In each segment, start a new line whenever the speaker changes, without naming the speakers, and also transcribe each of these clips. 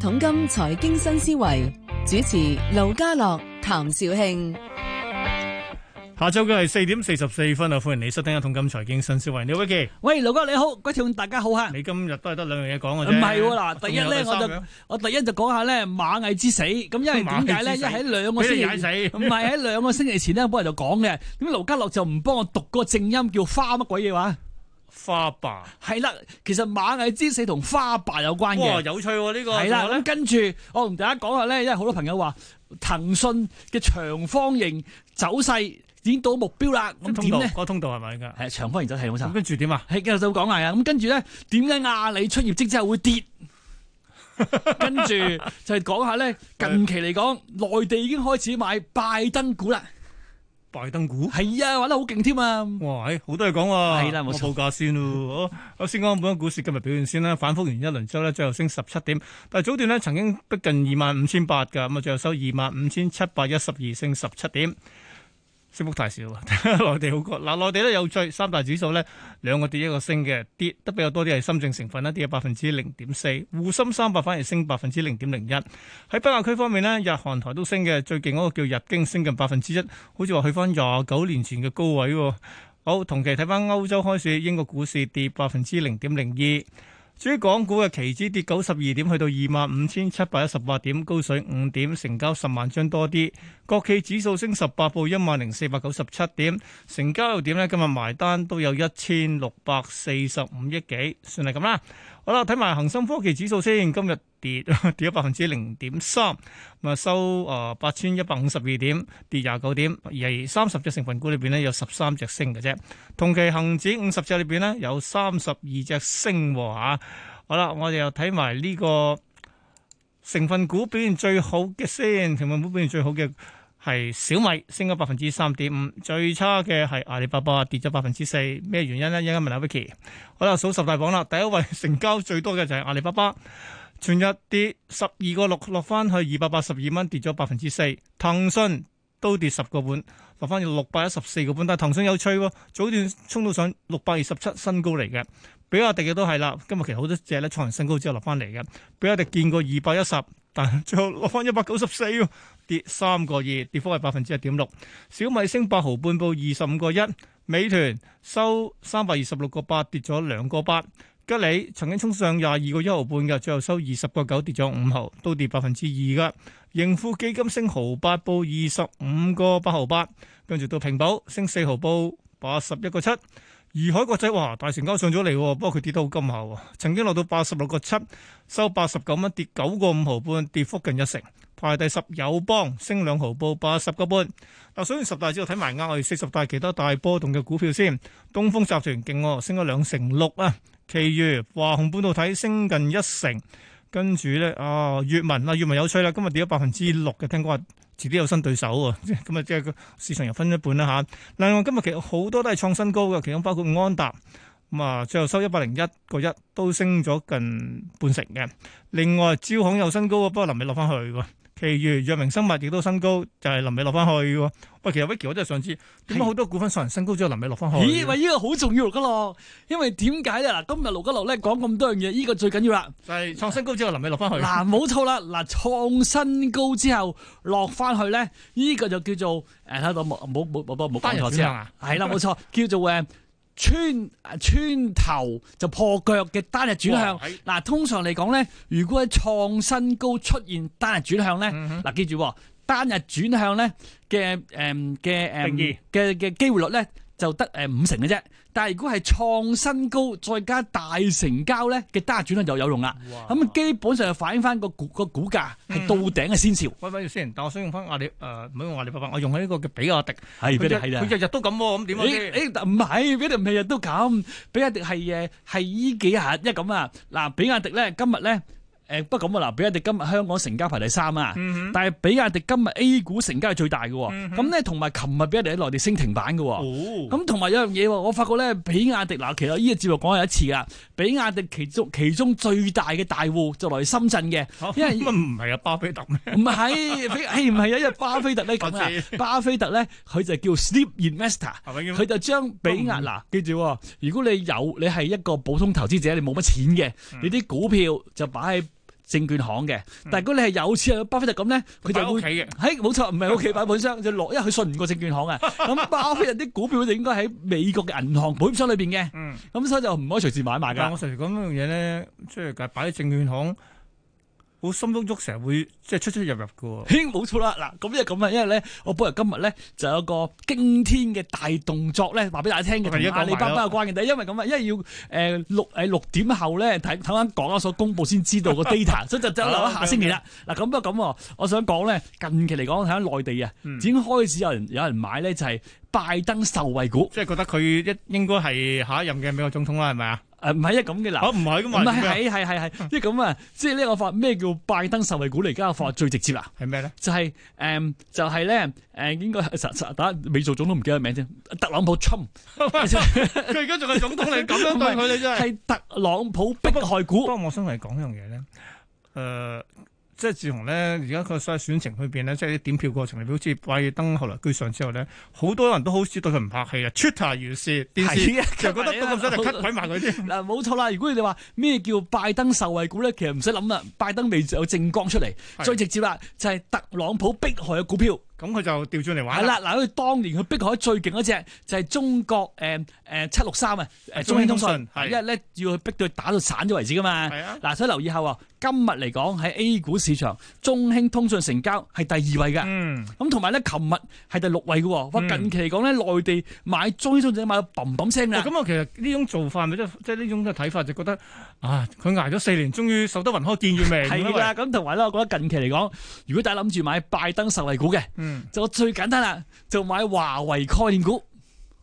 桶金財經新思維主持盧家樂、譚紹興。
下晝嘅係四點四十四分啊！歡迎你收聽《一桶金財經新思維》。你好，Vicky，
喂，盧哥你好，各位聽眾大家好吓。唔
你今日都係得兩樣嘢講嘅啫。
係啊喎嗱，第一
仲有
咧
第三
我
樣
就我第一就講下咧螞蟻之死，咁因為點解
螞蟻
咧？
之
因
死
為喺兩個星
俾你
期
踩死
唔。 係喺兩個星期前咧，本人就講嘅，點解盧家樂就唔幫我讀嗰個正音叫花乜鬼嘢話？
花吧，
係啦，其實螞蟻之死同花白有關
哇，
嘅。
有趣喎呢個。
係啦，咁跟住我同大家講下咧，因為好多朋友話騰訊嘅長方形走勢已經到目標啦，
咁
咁
通
點啊
道，
咧？
個通道係咪㗎？
係長方形走勢冇
咁
錯。
跟住點啊？
係繼續就講埋啊！咁跟住咧，點解阿里出業績之後會跌？跟住就係講下咧，近期嚟講，內地已經開始買拜登股啦。
拜登股。
係啊，玩得好勁添啊！
哇！唉好多嘢講喎，
係啦冇
我
錯
報價先咯。好我先講本港股市今日表現先啦，反覆完一輪之後呢，最後升十七點，但係早段呢曾經逼近二萬五千八㗎，咁啊最後收二萬五千七百一十二，升十七點，升幅太少啊！ 內地好過嗱，內地咧有趣，三大指數呢，兩個跌一個升嘅，跌得比較多啲係深證成分啦，跌咗百分之零點四，滬深三百反而升百分之零點零一。喺北亞區方面呢，日韓台都升嘅，最勁嗰個叫日經升近百分之一，好似話去翻廿九年前嘅高位喎。好，同期睇翻歐洲開市，英國股市跌百分之零點零二。至於港股嘅期指跌九十二點，去到二萬五千七百一十八點，高水五點，成交十萬張多啲。國企指數升十八，報一萬零四百九十七點，成交又點呢？今日埋單都有一千六百四十五億幾，算係咁啦。好啦，睇埋恒生科技指數先，今日跌 跌咗百分之零點三，咁啊收啊八千一百五十二點，跌廿九點，而係三十隻成分股裏邊咧有十三隻升嘅啫。同期恒指五十隻裏邊咧有三十二隻升喎嚇。好啦，我哋又睇埋呢個成分股表現最好嘅先，成分股表現最好嘅。係小米升咗百分之三點五，最差嘅係阿里巴巴跌咗百分之四，咩原因呢？一陣間問下 Vicky。好啦，數十大榜啦，第一位成交最多嘅就係阿里巴巴，全日跌十二個六，落翻去二百八十二蚊，跌咗百分之四。騰訊都跌十個半，落翻去六百一十四個半。但係騰訊有趣喎，早段衝到上六百二十七新高嚟嘅。比亞迪嘅都係啦，今日其實好多隻咧創完新高之後落翻嚟嘅。比亞迪見過二百一十，但係最後落翻一百九十四喎，跌三個二，跌幅係百分之一點六。小米升八毫半，報二十五個一。美團收三百二十六個八，跌咗兩個八。吉利曾經衝上廿二個一毫半嘅，最後收二十個九，跌咗五毫，都跌百分之二噶。盈富基金升毫八，報二十五個八毫八，跟住到平保升四毫，報八十一個七。怡海國際哇，大成交上咗嚟喎，不過佢跌得好金下喎，啊曾經落到八十六個七，收八十九蚊，跌九個五毫半，跌幅近一成。排第十友邦升兩毫，報八十個半。嗱，所以十大之後睇埋啱我哋四十大其他大波動嘅股票先。東風集團勁喎，升咗兩成六啊。其餘華虹半導體升近一成，跟住咧啊，粵文啊，粵文有趣啦，今日跌咗百分之六嘅，聽講話遲啲有新對手喎， 即係咁啊，即係個市場又分一半啦嚇。另外今日其實好多都係創新高嘅，其中包括安踏。咁啊，最後收一百零一個一，都升咗近半成嘅。另外，招行有新高喎，不過臨尾落翻去喎。其餘藥明生物亦都新高，就係臨尾落翻去喎。喂，其實 Vicky 我真係想知，點解好多股份上完新高之後臨尾落翻去？
咦，喂，呢個好重要噶咯，因為點解咧？嗱，今日盧家樂咧講咁多樣嘢，呢個最緊要啦。
就係創新高之後臨尾落翻去。
嗱，冇錯啦，嗱，創新高之後落翻去咧，呢個就叫做誒，睇到冇冇冇冇冇
單
講
人
錯
轉
先
向
啊
啊！
係 啦，冇錯，叫做誒穿呃穿頭就破腳嘅單日轉向
哇係。
嗱，通常嚟講咧，如果喺創新高出現單日轉向咧，
嗯
嗱，記住喎單日轉向咧嘅誒嘅
定義
誒嘅嘅機會率咧。就得誒五成嘅啫，但係如果係創新高再加大成交咧嘅單日轉向就有用啦。
哦
咁基本上就反映翻個股個股價係到頂嘅先兆，
喂喂先，但我想用翻阿里誒，唔好用阿里巴巴，我用喺呢個嘅比亞迪。
係
佢日佢日日都咁喎，咁點啊
誒
先？
誒唔係，比亞迪每日都咁，比亞迪係誒係依幾日，因為咁啊嗱，比亞迪咧今日咧誒不過咁啊嗱，比亞迪今日香港成交排第三啊，但係比亞迪今日 A 股成交係最大嘅喎，咁咧同埋琴日比亞迪喺內地升停板嘅喎。
哦，
咁同埋有樣嘢喎，我發覺咧，比亞迪嗱，其實呢個節目講有一次噶，比亞迪其中其中最大嘅大戶就來深圳 嘅，因為
咁啊唔係啊，巴菲特咩？
唔係，比誒唔係啊，因為巴菲特咧咁
我知
啊，巴菲特咧佢就叫 sleep investor，
係永遠
佢就將比
都
亞
唔
嗱，記住喎，如果你有你係一個普通投資者，你冇乜錢嘅，你啲股票就擺喺證券行嘅。但係如果你係有錢有巴菲特咁咧，佢
擺
就
屋
會
企嘅
喺冇錯，唔係屋企擺本箱，就落，因為佢信唔過證 券行啊。咁巴菲特啲股票就應該喺美國嘅銀行保險箱裏邊嘅，
嗯，
咁所以就唔可以隨時買賣
但
㗎
我。成日講一樣嘢咧，即係擺喺證券行，好心喐喐，成日會即係出出入入 嘅喎。
已經冇錯啦，嗱，咁就咁啊，因為咧，我本人今日咧就有個驚天嘅大動作咧，話俾大家聽嘅，
我哋而家
同阿里巴巴有關嘅，但係因為咁啊，因為要誒、呃六誒六點後咧睇睇翻港交所公佈先知 道個 data，所以就就留喺下星期啦。
啊
嗱，咁不過咁喎，我想講咧，近期嚟講睇下內地啊，
嗯
已經開始有人有人買咧，就係、拜登受惠股，
即係覺得佢一應該係下一任嘅美國總統啦，係咪啊？
呃誒唔係一咁嘅嗱。
啊，唔嗯係噶
唔
嘛，
係，
點樣
係係係係，即係咁啊！即係呢個法咩叫拜登受惠股嚟？而家個法最直接啦，
係咩 咧？
就係、誒、就係、咧誒應該實實打美做總統唔記得名添，特朗普 Trump
佢而家仲係總統，你咁樣對佢，你真係。
係特朗普迫害
不
股，
過我想嚟講一樣嘢咧，誒、即係自從咧而家佢所謂選情裏邊咧，即係啲點票過程裏邊，好似拜登後來居上之後咧，好多人都好似對佢唔客氣啊，Twitter 如是，電視
係啊
就覺得都咁犀利
好
cut 鬼埋佢 添。
嗱冇錯啦！如果你話咩叫拜登受惠股咧，其實唔使諗啦，拜登未有政綱出嚟，
係
最直接啦就係特朗普迫害嘅股票。
咁佢就調轉嚟
係
玩啦。
啦，嗱，佢當年佢逼海最勁嗰只就係中國誒誒七六三啊，
中
誒中
興
興
通
通
訊
訊，
係
因為咧要佢逼到佢打到散咗為止噶嘛。
係啊
嗱，所以留意下喎，今日嚟講喺 A 股市場，中興通訊成交係第二位㗎。
嗯，
咁同埋咧，琴日係第六位嘅
嗯
喎，哇！近期嚟講咧，內地買中興通訊買到砰砰聲
哦
啦，
咁啊，其實呢種做法咪即係即係呢種嘅睇法，就覺得啊，佢捱咗四年，終於守得雲開見月明
係
咁
啦。
啦。
咁同埋咧，我覺得近期嚟講，如果大家諗住買拜登受惠股嘅，
嗯。
就最簡單啦，就買華為概念股。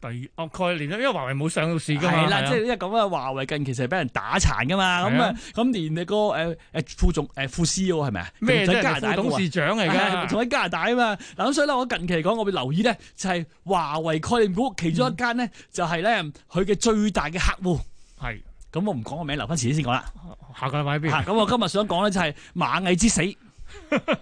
第二哦概念啦，因為華為冇上到市噶嘛，
係啦，即係
係
因為咁啊，華為近期成日俾人打殘噶嘛，咁
係
啊，咁連你個誒誒副總誒副 CEO 係咪啊？
咩
仲
啫？
喺加拿大
人哋副
嗰個
董
啊
事長嚟
係
㗎，
仲喺加拿大啊嘛，嗱咁所以咧，我近期嚟講，我會留意咧，就係華為概念股其中一間咧，就係咧佢嘅最大嘅客戶。
係
咁我唔講個名，留翻遲啲先講啦。
下個禮拜喺邊？
嚇
啊
咁我今日想講咧就係螞蟻 之死，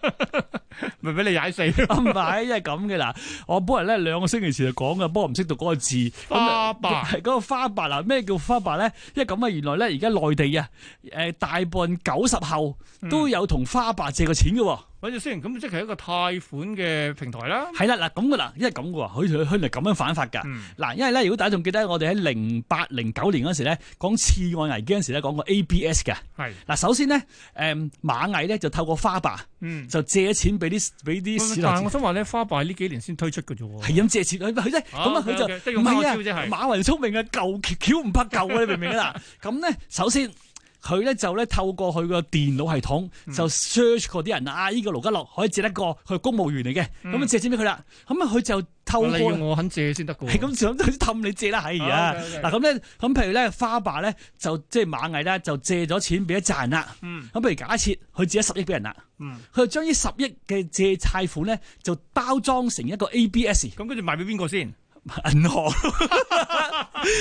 咪俾你踩死
啊唔係，因為咁嘅啦。我本人咧兩個星期前就講嘅，不過唔識讀嗰個字。
花爸
係嗰個花白啦，咩叫花白咧？因為咁啊，原來咧而家內地啊，誒大半九十後
嗯
都有同花白借過錢嘅喎。
揾住先，咁即係一個貸款嘅平台啦。
係啦，嗱咁嘅啦，因為咁嘅喎，佢佢佢係咁樣反法㗎。
嗯，
嗱，因為咧，如果大家仲記得我哋喺零八零九年嗰時咧講次按危機嗰時咧講過 ABS 嘅。
係，
嗱，首先咧，誒螞蟻咧就透過花白
嗯。
就借咗錢俾啲俾
但
啲市
係
民
我。想話咧，花爸呢幾年先推出嘅啫喎。
係咁借錢，佢佢啫，咁啊佢
OK，OK，即係
就
用
唔
花招啫
係啊
係，
馬雲聰明啊，舊橋唔怕舊啊，你明唔明啊？嗱，咁咧首先。佢咧就咧透過佢個電腦系統
嗯
就 search 嗰啲人啊，呢、個盧家樂可以借得過，佢係公務員嚟嘅，咁啊借錢俾佢啦，咁啊佢就透過
你 要嗯我肯借先得嘅喎。
係咁想氹你借啦，哎
啊
呀
，OK，OK，
嗱咁咧，咁譬如咧花爸咧就即係螞蟻咧就借咗錢俾一賺啦，
嗯
咁譬如假設佢借咗十億俾人啦，
嗯，
佢就將呢十億嘅借貸款咧就包裝成一個 ABS。
咁跟住賣俾邊個先？
銀行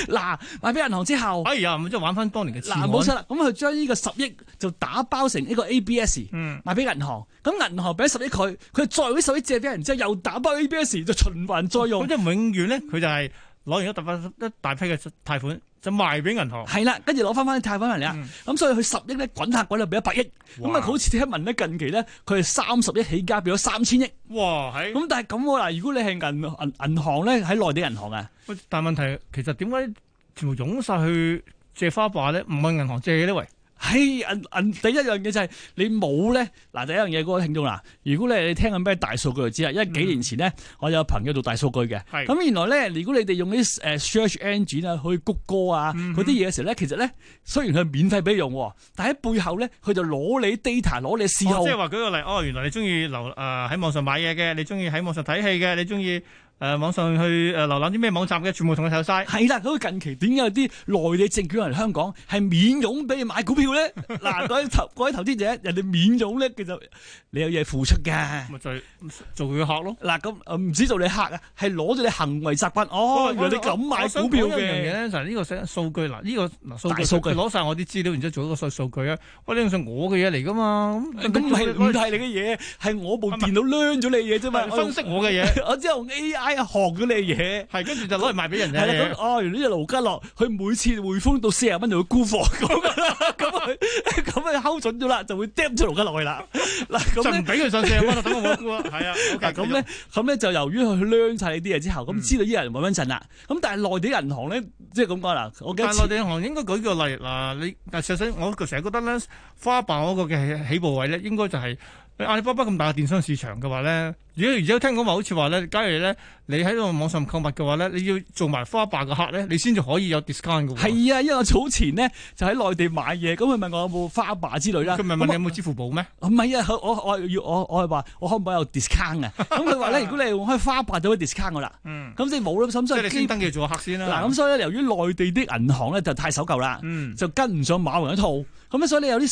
嗱，買俾銀行 之後，
哎呀，咁即係玩翻當年嘅次
哦嗱冇錯
案。
啦，咁佢將呢個十億就打包成一個 ABS
嗯，
賣俾銀行，咁銀行俾十億佢，佢再俾十億借俾人之後，又打包 ABS 就循環再
咁
用
即，係永遠咧，佢就係攞完一大筆一大批嘅貸款，就賣俾銀行。
係啦，跟住攞翻翻啲貸款嚟啦，咁、所以佢十億咧滾下滾下俾一百億，咁
哇
啊佢好似聽聞咧近期咧佢係三十億起家變咗三千億，
哇，係。
咁但係咁喎嗱，如果你係銀銀銀行咧喺內地銀行啊，
喂，但係問題其實點解全部湧晒去借花爸咧？唔係銀行借嘅呢？喂，
係銀銀第一樣嘢就係你冇咧，嗱第一樣嘢嗰個聽眾啦，如果你你聽緊咩大數據就知啦，因為幾年前咧我有朋友做大數據嘅，
係
咁原來咧如果你哋用啲誒 search engine 啊去谷歌啊嗰啲嘢嘅時候咧，其實咧雖然佢係免費俾你用喎，但喺背後咧佢就攞你 data 攞你嗜
哦
好
即。係話舉個例，哦，原來你中意瀏誒喺網上買嘢嘅，你中意喺網上睇戲嘅，你中意誒網上去誒瀏覽啲咩網站嘅，全部同佢睇 晒。
係啦，咁近期點解有啲內地證券人嚟香港係免佣俾你買股票咧？嗱，嗰啲投嗰啲投資者，人哋免佣咧，其實你有嘢付出㗎。
咪就係嗯做佢嘅客咯。
嗱咁呃唔知道你黑啊，係攞咗你行為習慣哦，原來你咁買股票
我想講一樣嘢
嘅，
咧，就係呢個寫數據嗱，呢個嗱數據
大數據
佢攞晒我啲資料，然之後做一個數數據啊。喂，呢樣係我嘅嘢嚟噶嘛？咁
咁唔係唔
係哦
係你嘅嘢，係我部電腦攣咗你嘅嘢啫嘛，我
分
用
析我嘅嘢，
我只係用 A I 拉一行嗰啲嘢。
係跟住就攞嚟賣俾人
係啦，咁
啫。
哦，原來呢只盧家樂，佢每次匯豐到四十蚊就會沽貨咁啊，咁佢咁佢睺準咗啦，就會掟咗盧家樂去啦。嗱
就
咁咧
唔。俾佢上四十蚊啦，等我冇估啊。 係啊，OK，
嗱咁咧，咁咧就由於佢孭晒你啲嘢之後，
嗯
咁知道呢啲人穩穩陣啦。咁但係內地銀行咧，即係咁講啦，我記得
但係內地銀行應該舉個例嗱，你但實際我成日覺得咧，花瓣嗰個嘅起步位咧，應該就係、阿里巴巴咁大嘅電商市場嘅話咧，如果而家聽講話好似話咧，假如咧你喺度網上購物嘅話咧，你要做埋花瓣嘅客咧，你先至可以有 discount 嘅喎。
係啊，因為我早前咧就喺內地買嘢，咁佢問我有冇花爸之類啦。
佢咪問
咁
你
我
有冇支付寶咩？
唔係啊，佢我我要我我係話我可唔可以有 discount 啊？咁佢 話咧，如果你用開花爸就可以 discount 噶啦。
嗯，
咁即係冇啦，咁
即
所
係你
以
先
基
登記做個客先啦。
嗱咁所以咧，由於內地啲銀行咧就太守舊啦。
啊嗯，
就跟唔上馬雲一套，咁啊咧所以你有啲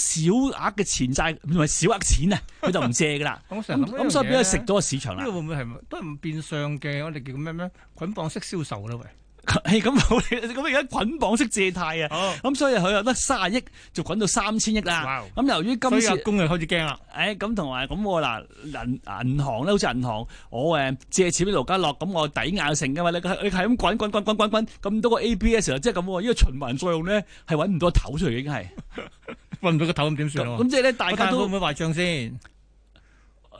小額嘅錢債，唔係小額 錢啊，佢就唔借噶啦。
我成日
咁
諗呢樣
咁所以俾
嘢
佢
呢
食咗個市場
呢
啦
個。會唔會係都係唔變相嘅？我哋叫咩咩捆綁式銷售啦，喂。
係咁好，咁而家捆綁式借貸啊，
哦，
咁所以佢又得卅億就滾到三千億啦。
哇！
咁由於
所
今
以阿
次，
公就開始驚啦。
誒咁同埋咁我嗱銀銀行咧，好似銀行，我誒借錢俾盧家樂，咁我抵押性噶嘛，你係你係咁滾滾滾滾滾滾咁多個 ABS 啊，即係咁喎，呢個循環作用咧係揾唔到頭出嚟已經係，
搵唔到個頭咁點
咁
算啊？
咁即係咧大
喂
家
但係會
都
唔會壞帳先？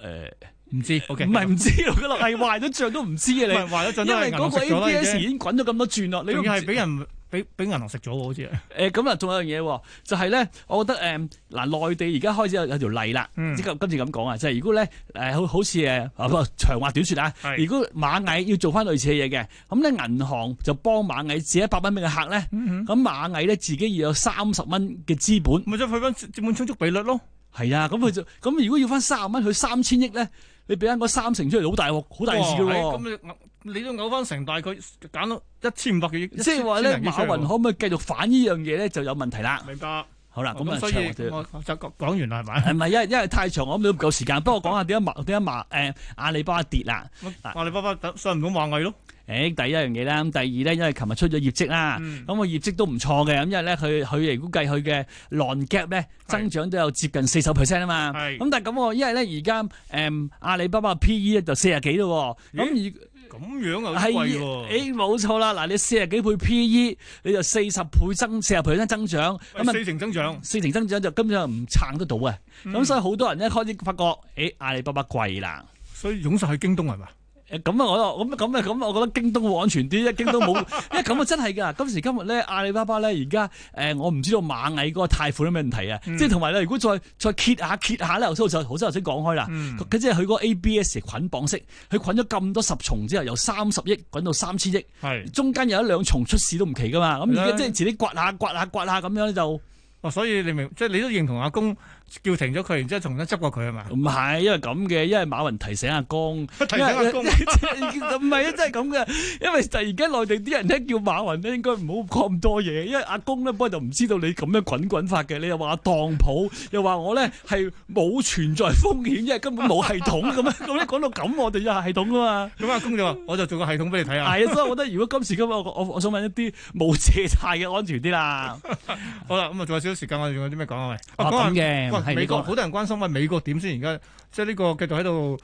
呃
誒
唔知，OK，
唔係唔知盧家樂係哎壞咗帳都唔知啊
啊唔
你。
係壞咗陣
因
都係
為
銀
嗰
行食
個
咗啦，已
ABS 已
經
經滾咗咁多轉咯，你
仲
都唔
要
知
係俾人俾俾銀行食咗喎，好似係。
誒咁啊，仲有樣嘢喎，就係咧，我覺得誒嗱，內地而家開始有有條例啦，
嗯
即係今次咁講啊，就係如果咧誒好好似誒啊不長話短説啊，
係
如果螞蟻要做翻類似嘅嘢嘅，咁咧銀行就幫螞蟻借一百蚊俾個客咧，
嗯
咁螞蟻咧自己要有三十蚊嘅資本，
咪再配翻資本充足比率咯，
係啊，咁佢就咁如果要翻三十蚊，佢三千億咧，你俾翻嗰三成出嚟，好大鑊，好大事嘅
哇係
喎。
咁你你都嘔翻成大概減到一千五百幾，
即係話咧，馬雲
可
可唔可以繼續反呢樣嘢咧，就有問題啦。
明白。
好啦，咁
咁
啊，
所
長話短
以我就講講完啦，係咪？
係咪？因為因為太長，我諗都唔夠 時間。不過講下點解馬點解馬誒阿里巴巴跌啦？嗱
阿里巴巴等上唔到螞蟻咯，
誒第一樣嘢啦，咁第二咧，因為琴日出咗業績啦，
嗯
咁個業績都唔錯嘅。咁因為咧，佢佢嚟估計佢嘅 non gap 咧
係
增長都有接近四十 percent 啊嘛。
係
咁但係咁喎，因為咧而家誒阿里巴巴 P E 咧就四十幾咯喎。咁而
咁樣啊，好貴喎。
係誒哎冇錯啦。嗱，你四十幾倍 P E，你就四十倍增四十 percent 增長，咁
喂
啊
四嗯成增長，
四成增長就根本上唔撐得到啊！咁、所以好多人咧開始發覺，誒、阿里巴巴貴啦。
所以湧晒去京東係嘛？
誒咁啊，我咁咁啊，咁我覺得京東會安全啲，因為 京東冇，因為咁啊真係㗎。今時今日咧，阿里巴巴咧而家誒，我唔知道螞蟻嗰個貸款有咩問題啊。
嗯
即係同埋咧，如果再再揭下揭下咧，頭先我就頭先頭先講開啦。
嗯
佢即係佢嗰個 ABS 捆綁式，佢捆咗咁多十重之後，由三十億捆到三千億，
係。
中間有一兩重出事都唔奇㗎嘛。咁而
係
家
啦
即係自己刮下刮下刮下咁樣就。
哦，所以你明，即係你都認同阿公叫停咗佢，然之後重新執過佢係嘛？
唔係，因為咁嘅，因為馬雲提醒阿公，
提醒 阿公
因為唔係啊，真係咁嘅。因為突然間內地啲人咧叫馬雲咧，應該唔好講咁多嘢，因為阿公咧不過就唔知道你咁樣滾滾法嘅，你又話我當鋪，又話我咧係冇存在風險，因為根本冇系統咁 樣，咁咧講到咁，我哋有系統噶嘛。
咁阿公就話：我就做個系統俾你睇下。
係啊，所以我覺得如果今時今日我我我想揾一啲冇借貸嘅安全 啲啦。
好啦，咁啊，仲有少少時間，我哋仲有啲咩講啊？喂，
啊
講下
咁嘅係
喂，
你
美國
講
好多人關心，喂，美國點先？而家即係呢個繼續喺度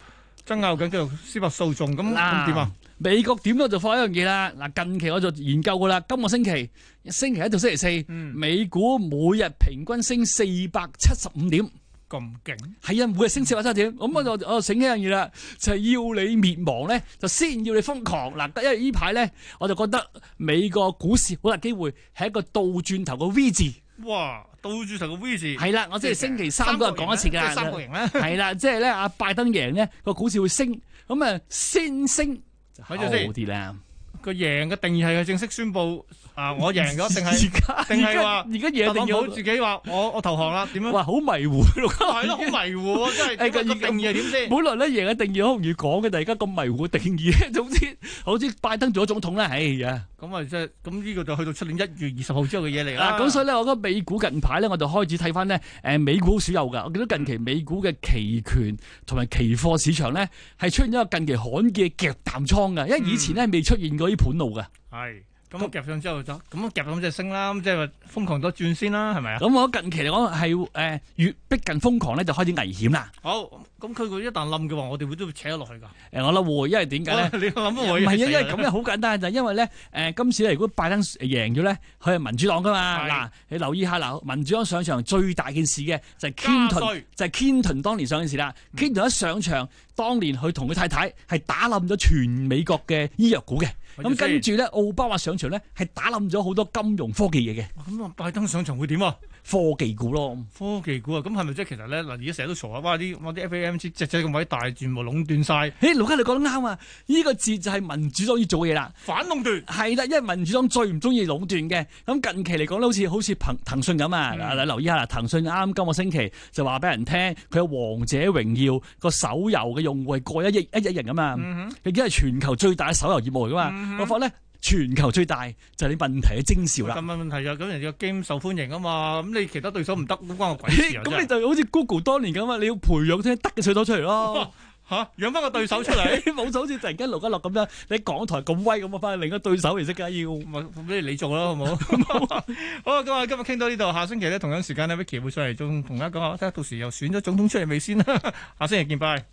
爭拗緊，繼續司法訴訟，咁咁點啊？？
美國點都就放一樣嘢啦。嗱，近期我就研究噶啦，今個星期星期一到星期四，
嗯
美股每日平均升四百七十五點，
咁勁，
係啊，每日升四百七十點。咁我就我就醒起一樣嘢啦，就係、要你滅亡咧，就先要你瘋狂。嗱，因為呢排咧，我就覺得美國股市好大機會係一個倒轉頭嘅 V 字。
哇！倒住頭個 V 字，
係啦，我即係星期三嗰日講一次㗎
即係三角形咧，
係啦，即係咧，阿拜登贏咧個股市會升，咁啊先升就後
咪住先
啲啦。
個贏嘅定義係佢正式宣佈啊，我贏咗， 定係
而家
定係話
而家
特
嘢定
朗普
要
自己話我我投降啦？點樣？
哇好迷 糊 咯，
係咯，好迷糊喎， 真係
係
個
個
定義係點先？
本來咧贏嘅定義好容易講嘅，但係而家咁迷糊嘅定義 咧，總之好似拜登做咗總統啦，哎呀
咁啊，即係咁呢個就去到出年一月二十號之後嘅嘢嚟啦。
嗱，啊咁所以咧，我覺得美股近排咧，我就開始睇翻咧，誒美股好少有㗎，我見到近期美股嘅期權同埋期貨市場咧，係出現咗一個近期罕見嘅夾淡倉㗎，因
嗯
為以前咧未出現過呢盤路㗎。
係咁我夾上之後就咁我夾上只升啦，咁即係話瘋狂多轉先啦，係咪啊？
咁我近期嚟講係誒越逼近瘋狂咧，就開始危險啦。
好，咁佢佢一旦冧嘅話，我哋會都會扯咗落去㗎。
誒，我諗會，因為點解咧？
你 諗
唔
會
係啊，因為咁咧好簡單，就係因為咧，誒今次咧，如果拜登贏咗咧，佢係民主黨噶嘛，
係
嗱，你留意下嗱，民主黨上場最大件事嘅就係
加嗯
Clinton，
稅
就係 Clinton 當年上件事啦，Clinton 一上場，當年佢同佢太太係打冧咗全美國嘅醫藥股嘅，咁跟住咧奧巴馬上場咧係打冧咗好多金融科技嘢嘅
咁啊，拜登上場會點啊？
科技股咯。
科技股啊，咁係咪即係其實咧嗱？而家成日都嘈啊，哇啲哇啲 FAMC 隻隻咁鬼大，全部壟斷晒，
誒，盧家你講得啱啊！呢個字就係民主黨要做嘅嘢啦。
反壟斷。
係啦，因為民主黨最唔中意壟斷嘅。咁近期嚟講咧，好似好似騰騰訊咁啊，嗱、留意下啦，騰訊啱今個星期就話俾人聽，佢有《王者榮耀》個手遊嘅用戶係過一億一億人噶嘛，已經係全球最大嘅手遊業務嚟噶嘛。我發覺咧，全球最大就係你問題嘅徵兆啦
咁。問問題就係咁人哋個 game 受歡迎啊嘛，咁你其他對手唔得，咁關我鬼事啊！
咁你就好似 Google 當年咁啊，你要培養啲得嘅水手出嚟咯。
嚇養翻個對手出嚟，
冇就好似突然間盧家樂咁樣，你喺港台咁威咁啊，翻去另一個對手嚟識㗎要。
咪俾啊你做啦，好唔好？ 好啊，咁啊，今日傾到呢度，下星期咧同樣時間咧，Vicky 會上嚟仲同大家講下，睇下到時又選咗總統出嚟未先啦。下星期見，拜。